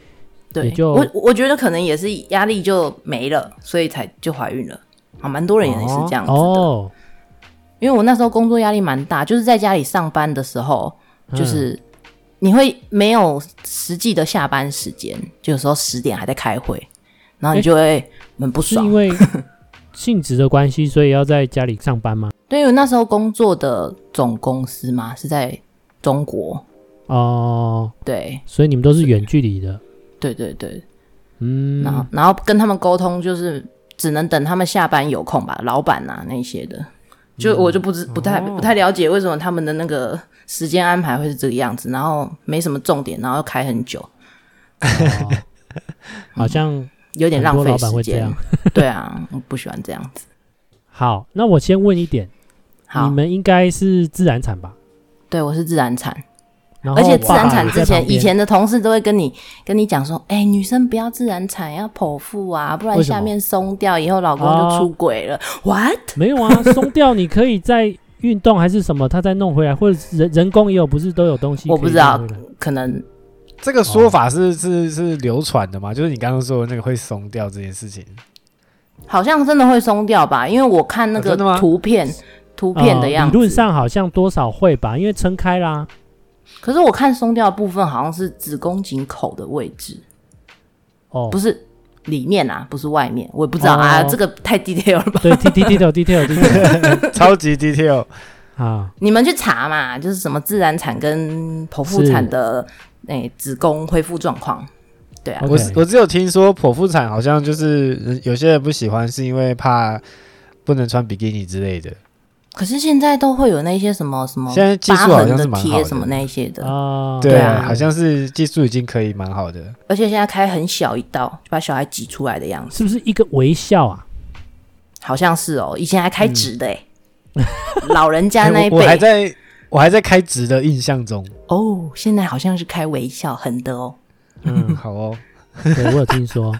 S5: 对，
S4: 就
S5: 我我觉得可能也是压力就没了，所以才就怀孕了。啊，蛮多人也是这样子的，
S4: 哦，
S5: 因为我那时候工作压力蛮大，就是在家里上班的时候，
S4: 嗯
S5: 就是你会没有实际的下班时间，就有时候十点还在开会，然后你就会很不
S4: 是
S5: 爽。
S4: 因为性质的关系，所以要在家里上班吗？
S5: 对，因为那时候工作的总公司嘛是在中国，
S4: 哦，
S5: 对
S4: 所以你们都是远距离的，
S5: 对对对，
S4: 嗯
S5: 然后、然后跟他们沟通就是只能等他们下班有空吧，老板啊那些的，就我就不知不
S4: 哦
S5: 太、不太了解为什么他们的那个时间安排会是这个样子，然后没什么重点，然后又开很久，
S4: 哦好像
S5: 有点
S4: 很
S5: 浪
S4: 多
S5: 费
S4: 老板
S5: 时
S4: 会这
S5: 间
S4: 样。。
S5: 对啊，我不喜欢这样子。
S4: 好，那我先问一点，
S5: 好
S4: 你，们应该是自然产吧？
S5: 对我是自然产，
S4: 然后
S5: 而且自然产
S4: 爸爸也在
S5: 之
S4: 旁
S5: 前，
S4: 边
S5: 以前的同事都会跟你跟你讲说，哎、女生不要自然产，要剖腹啊，不然
S4: 为什么哦
S5: 下面松掉，以后老公就出轨了。What？
S4: 没有啊，松掉你可以在运动还是什么，他再弄回来，或者是人人工也有，不是都有东西可以
S5: 我不知道
S4: 弄回来
S5: 可能
S2: 这个说法是是是流传的嘛？就是你刚刚说的那个会松掉这件事情，
S5: 好像真的会松掉吧，因为我看那
S2: 啊
S5: 个
S2: 真的吗
S5: 图片，图片的
S4: 呃
S5: 样子。
S4: 理论，上好像多少会吧，因为撑开啦。
S5: 可是我看松掉的部分好像是子宫颈口的位置，
S4: 哦，
S5: 不是里面啊，不是外面，我也不知道、
S4: 哦
S5: 啊，这个太 detail 了吧？
S4: 对，T T detail detail detail
S2: 超级 detail。
S4: 啊，
S5: 你们去查嘛，就是什么自然产跟剖腹
S4: 是
S5: 产的，诶、子宫恢复状况。对啊，
S4: OK
S2: 我是我只有听说剖腹产好像就是人有些人不喜欢，是因为怕不能穿比基尼之类的。
S5: 可是现在都会有那些什么什么
S2: 现在技
S5: 哦疤
S2: 术好
S5: 痕
S2: 像
S5: 的
S2: 是蛮好
S5: 贴
S2: 的，
S5: 什么那一些的，
S4: 啊，
S2: 对
S5: 啊
S2: 好像是技术已经可以蛮好的。
S5: 而且现在开很小一刀就把小孩挤出来的样子，
S4: 是不是一个微笑啊？
S5: 好像是哦，以前还开直的哎、 老人家
S2: 哎
S5: 那一
S2: 嗯 我我还
S5: 辈
S2: 在我还在开直的印象中。
S5: 哦，现在好像是开微笑痕的哦。
S2: 嗯，好哦，
S4: 对，我有听说，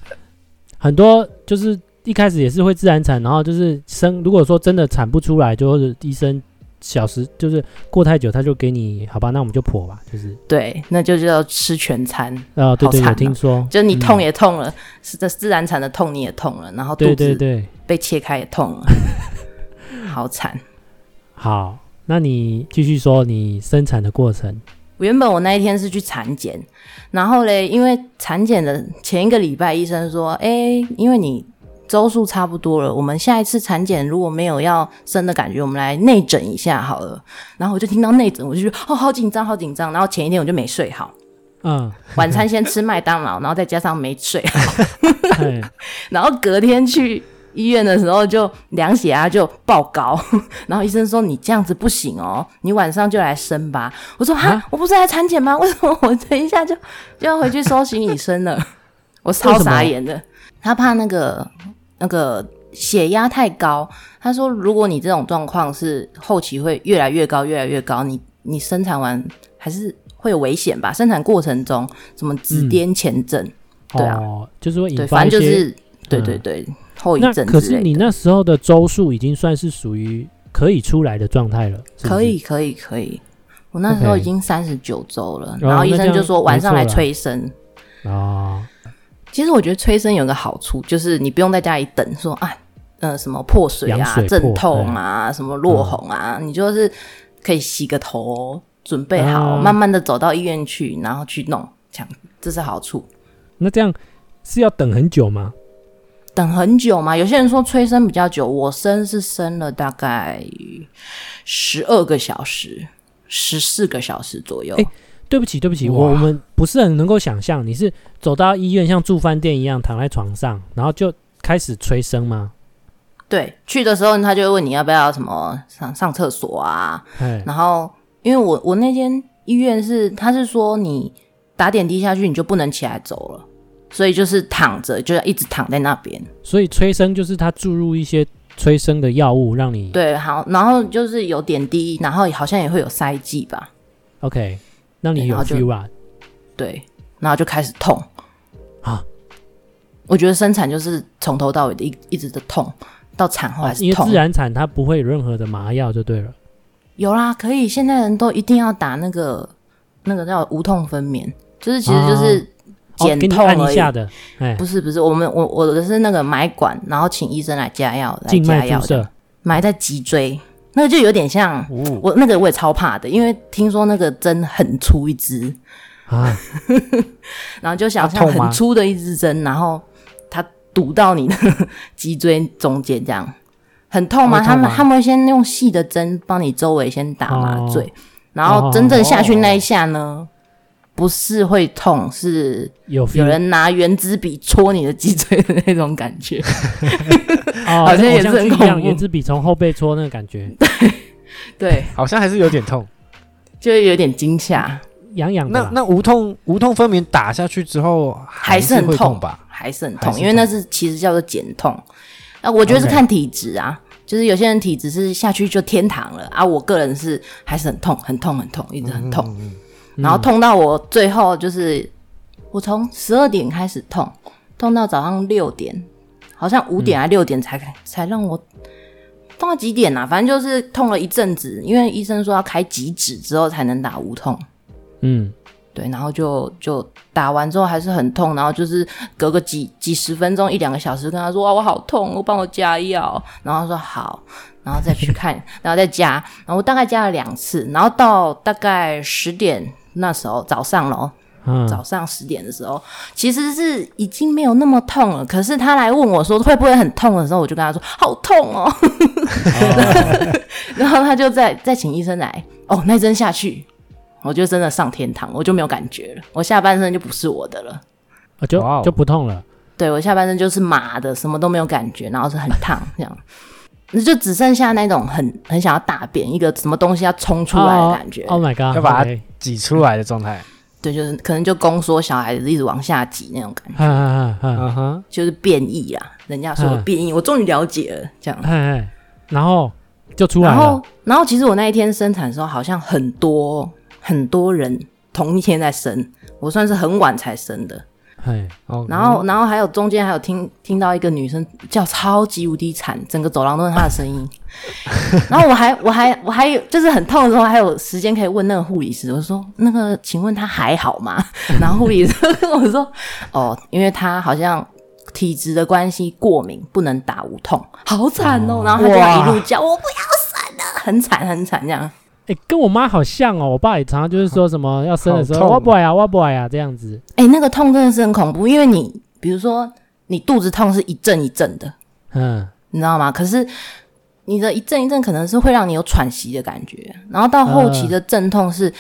S4: 很多就是一开始也是会自然产，然后就是生，如果说真的产不出来，就或者医生小时就是过太久，他就给你好吧，那我们就剖吧，就是
S5: 对，那就叫吃全餐，
S4: 啊，对
S5: 好
S4: 对，
S5: 惨
S4: 有
S5: 哦
S4: 听说，
S5: 就你痛
S4: 嗯
S5: 也痛了，是这自然产的痛你也痛了，然后肚
S4: 对对
S5: 子
S4: 对，
S5: 被切开也痛 了，好惨。
S4: 好，那你继续说你生产的过程，
S5: 原本我那一天是去产检，然后嘞，因为产检的前一个礼拜，医生说，哎、因为你周数差不多了，我们下一次产检如果没有要生的感觉，我们来内诊一下好了。然后我就听到内诊，我就觉得哦，好紧张，好紧张。然后前一天我就没睡好，
S4: 嗯，
S5: 晚餐先吃麦当劳，然后再加上没睡好，
S4: 嘿
S5: 然后隔天去。医院的时候就量血压就爆高， 然后医生说你这样子不行哦，你晚上就来生吧。我说哈
S4: 啊，
S5: 我不是来产检吗？为什么我等一下就就要回去收行李生了？我超傻眼的。他怕那个那个血压太高，他说如果你这种状况是后期会越来越高，越来越高，你你生产完还是会有危险吧？生产过程中什么紫癜前症，对啊
S4: 哦，就是会
S5: 对，
S4: 引发
S5: 反
S4: 一
S5: 正就
S4: 些
S5: 是对对
S4: 嗯
S5: 对、后遗
S4: 那
S5: 症
S4: 可
S5: 之
S4: 是
S5: 类
S4: 你
S5: 的。
S4: 那时候的周数已经算是属于可以出来的状态了，是不是
S5: 可以可以可以，我那时候
S4: OK
S5: 已经三十九周了，
S4: 哦
S5: 然后医
S4: 那这
S5: 生
S4: 样
S5: 就说晚上来
S4: 没错啦
S5: 催生。
S4: 哦，
S5: 其实我觉得催生有个好处，就是你不用在家里等说啊，呃，什么破水
S4: 羊
S5: 啊、
S4: 水破嗯
S5: 阵痛啊、什么落红啊，你就是可以洗个头，准备好，
S4: 啊
S5: 慢慢的走到医院去，然后去弄，这样这是好处。
S4: 那这样是要等很久吗？
S5: 等很久嘛，有些人说催生比较久，我生是生了大概十二个小时，十四个小时左右。
S4: 诶对不起，对不起，我
S2: 哇
S4: 我们不是很能够想象，你是走到医院像住饭店一样躺在床上，然后就开始催生吗？
S5: 对，去的时候他就会问你要不要什么上上厕所啊，
S4: 哎，
S5: 然后因为我我那间医院是，他是说你打点滴下去你就不能起来走了，所以就是躺着，就要一直躺在那边。
S4: 所以催生就是他注入一些催生的药物让你
S5: 对，好，然后就是有点滴，然后好像也会有塞剂吧。
S4: OK，让你
S5: 对
S4: 有
S5: 然后就
S4: feel 啊，
S5: 对，然后就开始痛
S4: 啊。
S5: 我觉得生产就是从头到尾的一一直的痛，到产后还是
S4: 啊因为
S5: 痛。
S4: 自然产它不会有任何的麻药就对了。
S5: 有啦，可以，现在人都一定要打那个那个叫无痛分娩，就是其实就是
S4: 哦，
S5: 减
S4: 给你
S5: 痛
S4: 按
S5: 而
S4: 一
S5: 已。
S4: 下的，哎，
S5: 不是不是，我们我我的是那个买管，然后请医生来加药，来
S4: 静
S5: 加
S4: 脉
S5: 药
S4: 注射
S5: 的，，埋在脊椎，那个就有点像
S2: 哦，
S5: 我那个我也超怕的，因为听说那个针很粗一支，
S4: 啊，
S5: 然后就想
S2: 啊
S5: 象
S2: 痛吗
S5: 很粗的一支针，然后它堵到你的 脊椎中间，这样很痛
S2: 会
S5: 吗？
S2: 痛
S5: 他们
S2: 吗
S5: 他们会先用细的针帮你周围先打麻醉，
S4: 哦
S5: 然后真正下去那一下呢，不是会痛，是
S4: 有
S5: 有
S4: feel，
S5: 人拿圆珠笔戳你的脊椎的那种感觉。
S4: 哦
S5: 好像
S4: 跟
S5: 也
S4: 偶
S5: 是
S4: 像
S5: 很
S4: 剧一
S5: 恐
S4: 样，
S5: 怖
S4: 圆珠笔从后背戳那个感 觉，
S5: 对，
S2: 好像还是有点痛。
S5: 就会有点惊吓，
S4: 痒痒的
S2: 那
S4: 啦。
S2: 那无痛无痛分娩打下去之后还
S5: 是很
S2: 会
S5: 痛
S2: 吧？
S5: 还是很
S2: 还
S5: 痛，
S2: 是
S5: 因为那是其实叫做减痛。啊，我觉得是
S2: OK
S5: 看体质啊就是有些人体质是下去就天堂了啊，我个人是还是很痛，很痛，很痛，一直很
S2: 嗯
S5: 痛，然后痛到我最后就是我从十二点开始痛，痛到早上六点，好像五点还六点才、才让我痛到几点啊？反正就是痛了一阵子，因为医生说要开几指之后才能打无痛。
S4: 嗯，
S5: 对，然后就就打完之后还是很痛，然后就是隔个几几十分钟一两个小时，跟他说哇我好痛，我帮我加药，然后他说好，然后再去看，然后再加，然后我大概加了两次，然后到大概十点那时候早上哦咯，
S4: 嗯，
S5: 早上十点的时候，其实是已经没有那么痛了，可是他来问我说会不会很痛的时候，我就跟他说好痛哦， 然后他就再再请医生来，哦，那针下去，我就真的上天堂，我就没有感觉了，我下半身就不是我的了，
S4: 啊就
S2: 哇哦
S4: 就不痛了。
S5: 对我下半身就是麻的，什么都没有感觉，然后是很烫这样。那就只剩下那种很很想要大便，一个什么东西要冲出来的感觉，
S4: Oh my god！
S2: 要把它
S4: OK
S2: 挤出来的状态。
S5: 对，就是可能就宫缩，小孩子一直往下挤那种感觉，
S4: 哈哈哈哈
S2: 嗯哼，
S5: 就是变异啦。人家说的
S4: 嗯
S5: 变异，我终于了解了，这样
S4: 哈，。哎，然后就出来
S5: 然
S4: 了
S5: 后，然后其实我那一天生产的时候，好像很多很多人同一天在生，我算是很晚才生的。
S4: 哎，
S2: 哦
S5: 然后，然后还有中间还有听听到一个女生叫超级无敌惨，整个走廊都是她的声音。 然后我还我还我还有就是很痛的时候，还有时间可以问那个护理师，我说那个请问她还好吗？ 然后护理师跟我说，哦，因为她好像。体质的关系，过敏不能打无痛，好惨哦！然后她就一路叫我不要生了，很惨很惨这样。
S4: 哎，跟我妈好像哦，我爸也常常就是说什么要生的时
S2: 好
S4: 候，
S2: 痛
S4: 哇不呀，哇不啊呀这样子，
S5: 哎、那个痛真的是很恐怖，因为你比如说你肚子痛是一阵一阵的，
S4: 嗯，
S5: 你知道吗？可是你的一阵一阵可能是会让你有喘息的感觉，然后到后期的阵痛
S4: 嗯
S5: 是、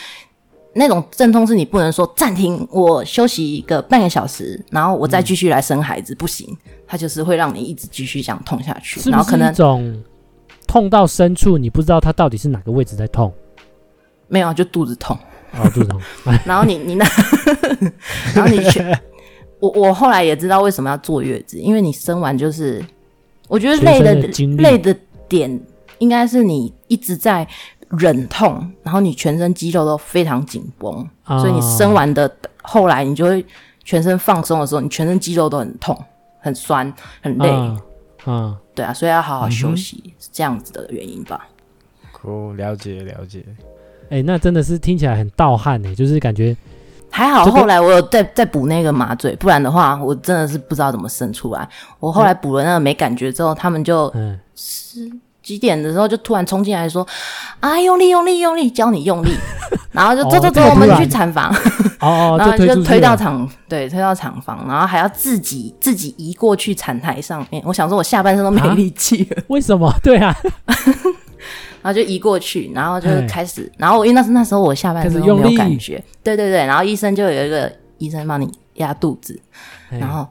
S5: 那种阵痛，是你不能说暂停，我休息一个半个小时，然后我
S4: 嗯
S5: 再继续来生孩子，不行，它就是会让你一直继续这样痛下去，
S4: 是
S5: 然
S4: 不
S5: 后可
S4: 是一
S5: 能
S4: 种痛到深处，你不知道它到底是哪个位置在痛？
S5: 没有就肚子痛，
S4: 哦，肚子痛，
S5: 然后你你那， 然后你 全，我我后来也知道为什么要坐月子，因为你生完就是，我觉得累
S4: 全身的精力
S5: 累的点应该是你一直在忍痛，然后你全身肌肉都非常紧绷，
S4: 啊
S5: 所以你生完的后来你就会全身放松的时候，你全身肌肉都很痛、很酸、很累，
S4: 啊啊，
S5: 对啊，所以要好好休息，是这样子的原因吧。
S2: 哦，了解了解。
S4: 哎，那真的是听起来很盗汗哎，就是感觉
S5: 还好
S4: 这个
S5: 后来我有再再补那个麻醉，不然的话我真的是不知道怎么生出来。我后来补了那个没感觉之后，他们就
S4: 嗯，
S5: 几点的时候就突然冲进来说：“啊，用力用力用力，教你 用力。”然后就走走
S4: 哦这
S5: 走，
S4: 么
S5: 我们
S4: 突然
S5: 去产房，
S4: 哦哦，
S5: 然后
S4: 推
S5: 就
S4: 出去
S5: 推到
S4: 了
S5: 厂，对，推到厂房，然后还要自己自己移过去产台上面。我想说，我下半身都没
S4: 啊
S5: 力气了，
S4: 为什么？ 对啊，
S5: 然后就移过去，然后就
S4: 哎
S5: 开始，然后因为那时那时候我下半身
S4: 开始
S5: 都
S4: 用
S5: 没
S4: 力
S5: 有感觉，对对对，然后医生就有一个医生帮你压肚子，
S4: 哎
S5: 然后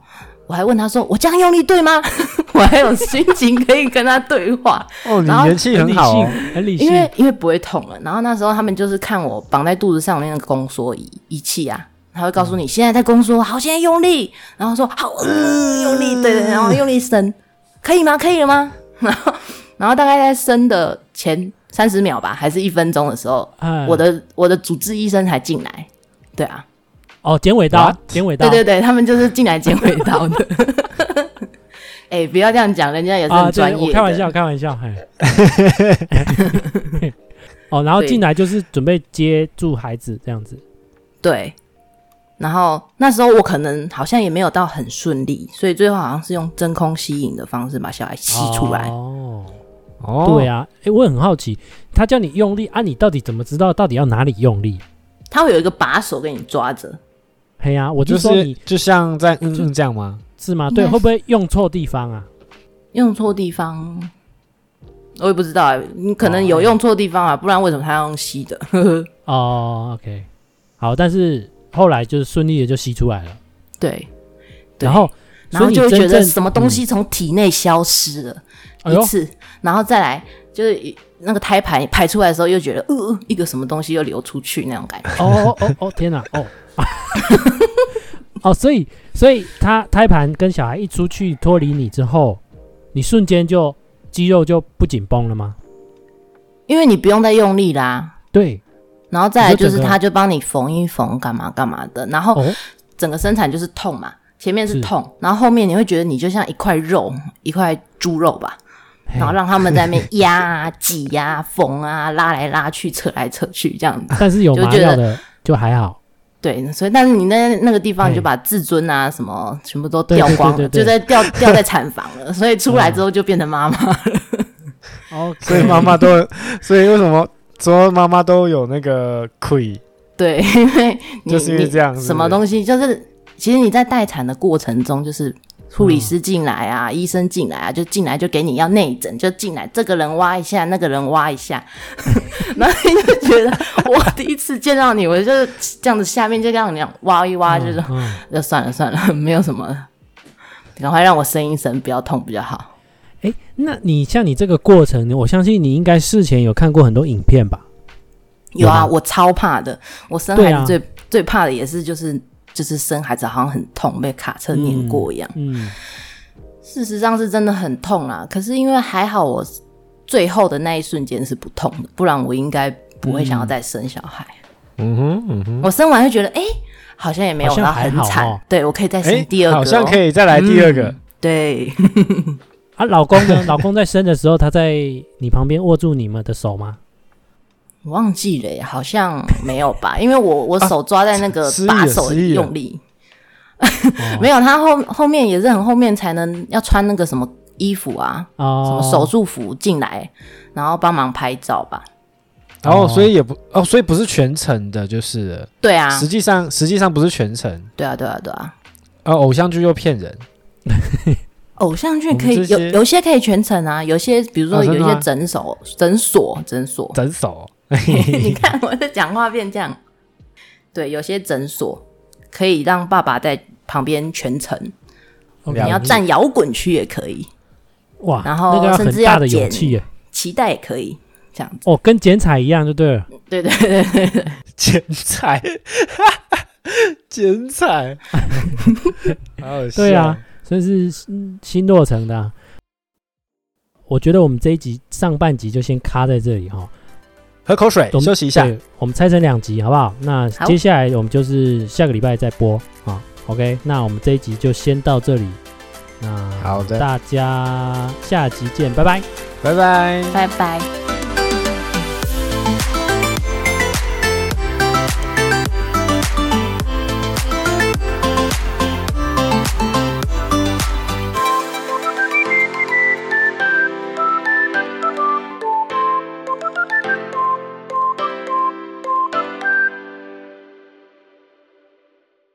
S5: 我还问他说：“我这样用力对吗？” 我还有心情可以跟他对话，
S2: 哦，你
S5: 然后
S2: 元气 很好、哦，，
S4: 很理性，
S5: 因为因为不会痛了。然后那时候他们就是看我绑在肚子上那个宫缩仪仪器啊，他会告诉你现在在宫缩，好，现在用力，然后说好、嗯用力，对对， 对然后用力伸，可以吗？可以了吗？然后然后大概在伸的前三十秒吧，还是一分钟的时候，
S4: 哎，
S5: 我的我的主治医生才进来。对啊，
S4: 哦，剪尾刀
S2: What？，
S4: 剪尾刀，
S5: 对对对，他们就是进来捡回 刀的。哎、不要这样讲，人家也是
S4: 啊，对，
S5: 很专业、
S4: 我开玩笑，，开玩笑， 嘿。哦，然后
S5: 对
S4: 进来就是准备接住孩子这样子，
S5: 对。然后那时候我可能好像也没有到很顺利，所以最后好像是用真空吸引的方式把小孩吸出来。
S4: 哦，
S2: 哦，
S4: 对啊，哎，我很好奇，他叫你用力啊，你到底怎么知道到底要哪里用力？
S5: 他会有一个把手给你抓着，
S4: 嘿呀，我
S2: 就
S4: 就说
S2: 是
S4: 你
S2: 就像在嗯
S4: 就
S2: 嗯这样吗？
S4: 是吗？
S5: 应
S4: 对，
S5: 该
S4: 会不会用错地方啊？
S5: 用错地方，我也不知道、欸，你可能有用错地方啊，不然为什么他要用吸的？
S4: 哦，OK，好，但是后来就是顺利的就吸出来了，
S5: 对，对
S4: 然后
S5: 然
S4: 所以
S5: 后
S4: 你
S5: 就会
S4: 真
S5: 觉得
S4: 正嗯
S5: 什么东西从体内消失了、
S4: 哎呦
S5: 一次，然后再来就是一那个胎盘排出来的时候，又觉得呃一个什么东西又流出去那种感觉。
S4: 哦哦哦哦，天哪！哦， 哦，所以所以他胎盘跟小孩一出去脱离你之后，你瞬间就肌肉就不紧绷了吗？
S5: 因为你不用再用力啦。
S4: 对，
S5: 然后再来就
S4: 你
S5: 是，
S4: 就整个
S5: 他就帮你缝一缝，干嘛干嘛的。然后
S4: 哦
S5: 整个生产就是痛嘛，前面是
S4: 是
S5: 痛，然后后面你会觉得你就像一块肉，一块猪肉吧，
S4: 嘿
S5: 然后让他们在那边压啊、挤呀、缝啊、拉来拉去、扯来扯去这样子。
S4: 但是有麻
S5: 就觉得
S4: 药的就还好。
S5: 对，所以但是你那那个地方
S4: 嘿
S5: 你就把自尊啊什么全部都
S4: 对
S5: 掉光了，
S4: 对对对对
S5: 就在掉掉在产房了，所以出来之后就变成妈妈。
S4: 哦，
S2: 所以妈妈都，所以为什么说妈妈都有那个亏？
S5: 对，因为你
S2: 就是因为
S5: 你
S2: 这样是不是
S5: 什么东西就是其实你在待产的过程中，就是护理师进来啊，
S4: 嗯
S5: 医生进来啊，就进来就给你要内诊，就进来这个人挖一下，那个人挖 一下，然后你就觉得我第一次见到你，我就是这样子，下面就这样你挖一挖，就是
S4: 嗯嗯
S5: 就算了算了， 没有什么了，赶快让我生一生，不要痛比较好。
S4: 哎，那你像你这个过程，我相信你应该事前有看过很多影片吧？
S5: 有
S4: 有吗
S5: 啊，我超怕的。我生
S4: 对
S5: 孩
S4: 啊
S5: 子最、最怕的也是就是就是生孩子好像很痛，被卡车碾过一样。
S4: 嗯，
S5: 事实上是真的很痛啦，可是因为还好我最后的那一瞬间是不痛的，不然我应该不会想要再生小孩。啊
S2: 嗯哼嗯哼，
S5: 我生完就觉得哎、诶好像也没有
S4: 好像
S5: 到
S4: 还
S5: 很
S4: 好
S5: 惨，
S4: 哦
S5: 对我可以再生
S2: 哎
S5: 第二个、哦
S2: 好像可以再来第二个
S5: 嗯。对，
S4: 啊，老公呢？ 老公在生的时候，他在你旁边握住你们的手吗？
S5: 我忘记了耶，好像没有吧？因为我我手抓在那个
S2: 失忆了
S5: 把手
S2: 失忆了
S5: 用力，
S4: 哦
S5: 没有，他后后面也是很后面才能要穿那个什么衣服啊，什
S4: 哦
S5: 么，手术服进来，然后帮忙拍照吧。
S2: 然
S4: 哦
S2: 后所以也不哦，所以不是全程的，就是了
S5: 对啊，
S2: 实际上实际上不是全程。
S5: 对啊，对啊，对啊。
S2: 呃，偶像剧又骗人，
S5: 偶像剧
S2: 我们
S5: 可以
S2: 这
S5: 有
S2: 些
S5: 有些可以全程啊，有些比如说
S2: 哦真
S5: 有
S2: 的吗
S5: 一些诊所、诊所、诊所，
S2: 整首。
S5: 你看我的讲话变这样。对，有些诊所可以让爸爸在旁边全程，
S4: OK
S2: 了
S5: 你要
S2: 解
S5: 站摇滚区也可以，
S4: 哇，
S5: 然后
S4: 那个要
S5: 甚至
S4: 很
S5: 要
S4: 大的勇
S5: 剪
S4: 气耶。
S5: 脐带也可以，这样子。
S4: 哦，跟剪彩一样就对了。
S5: 对对对对对。
S2: 剪彩， 剪 彩，好好笑
S4: 对啊，所以是新新落成的啊、我觉得我们这一集上半集就先卡在这里哈、
S2: 喝口水
S4: 我们
S2: 休息一下。
S4: 对，我们拆成两集好不好？那
S5: 好
S4: 接下来我们就是下个礼拜再播啊。OK，那我们这一集就先到这里。那
S2: 好的
S4: 大家下集见，拜拜。
S2: 拜拜。
S5: 拜拜。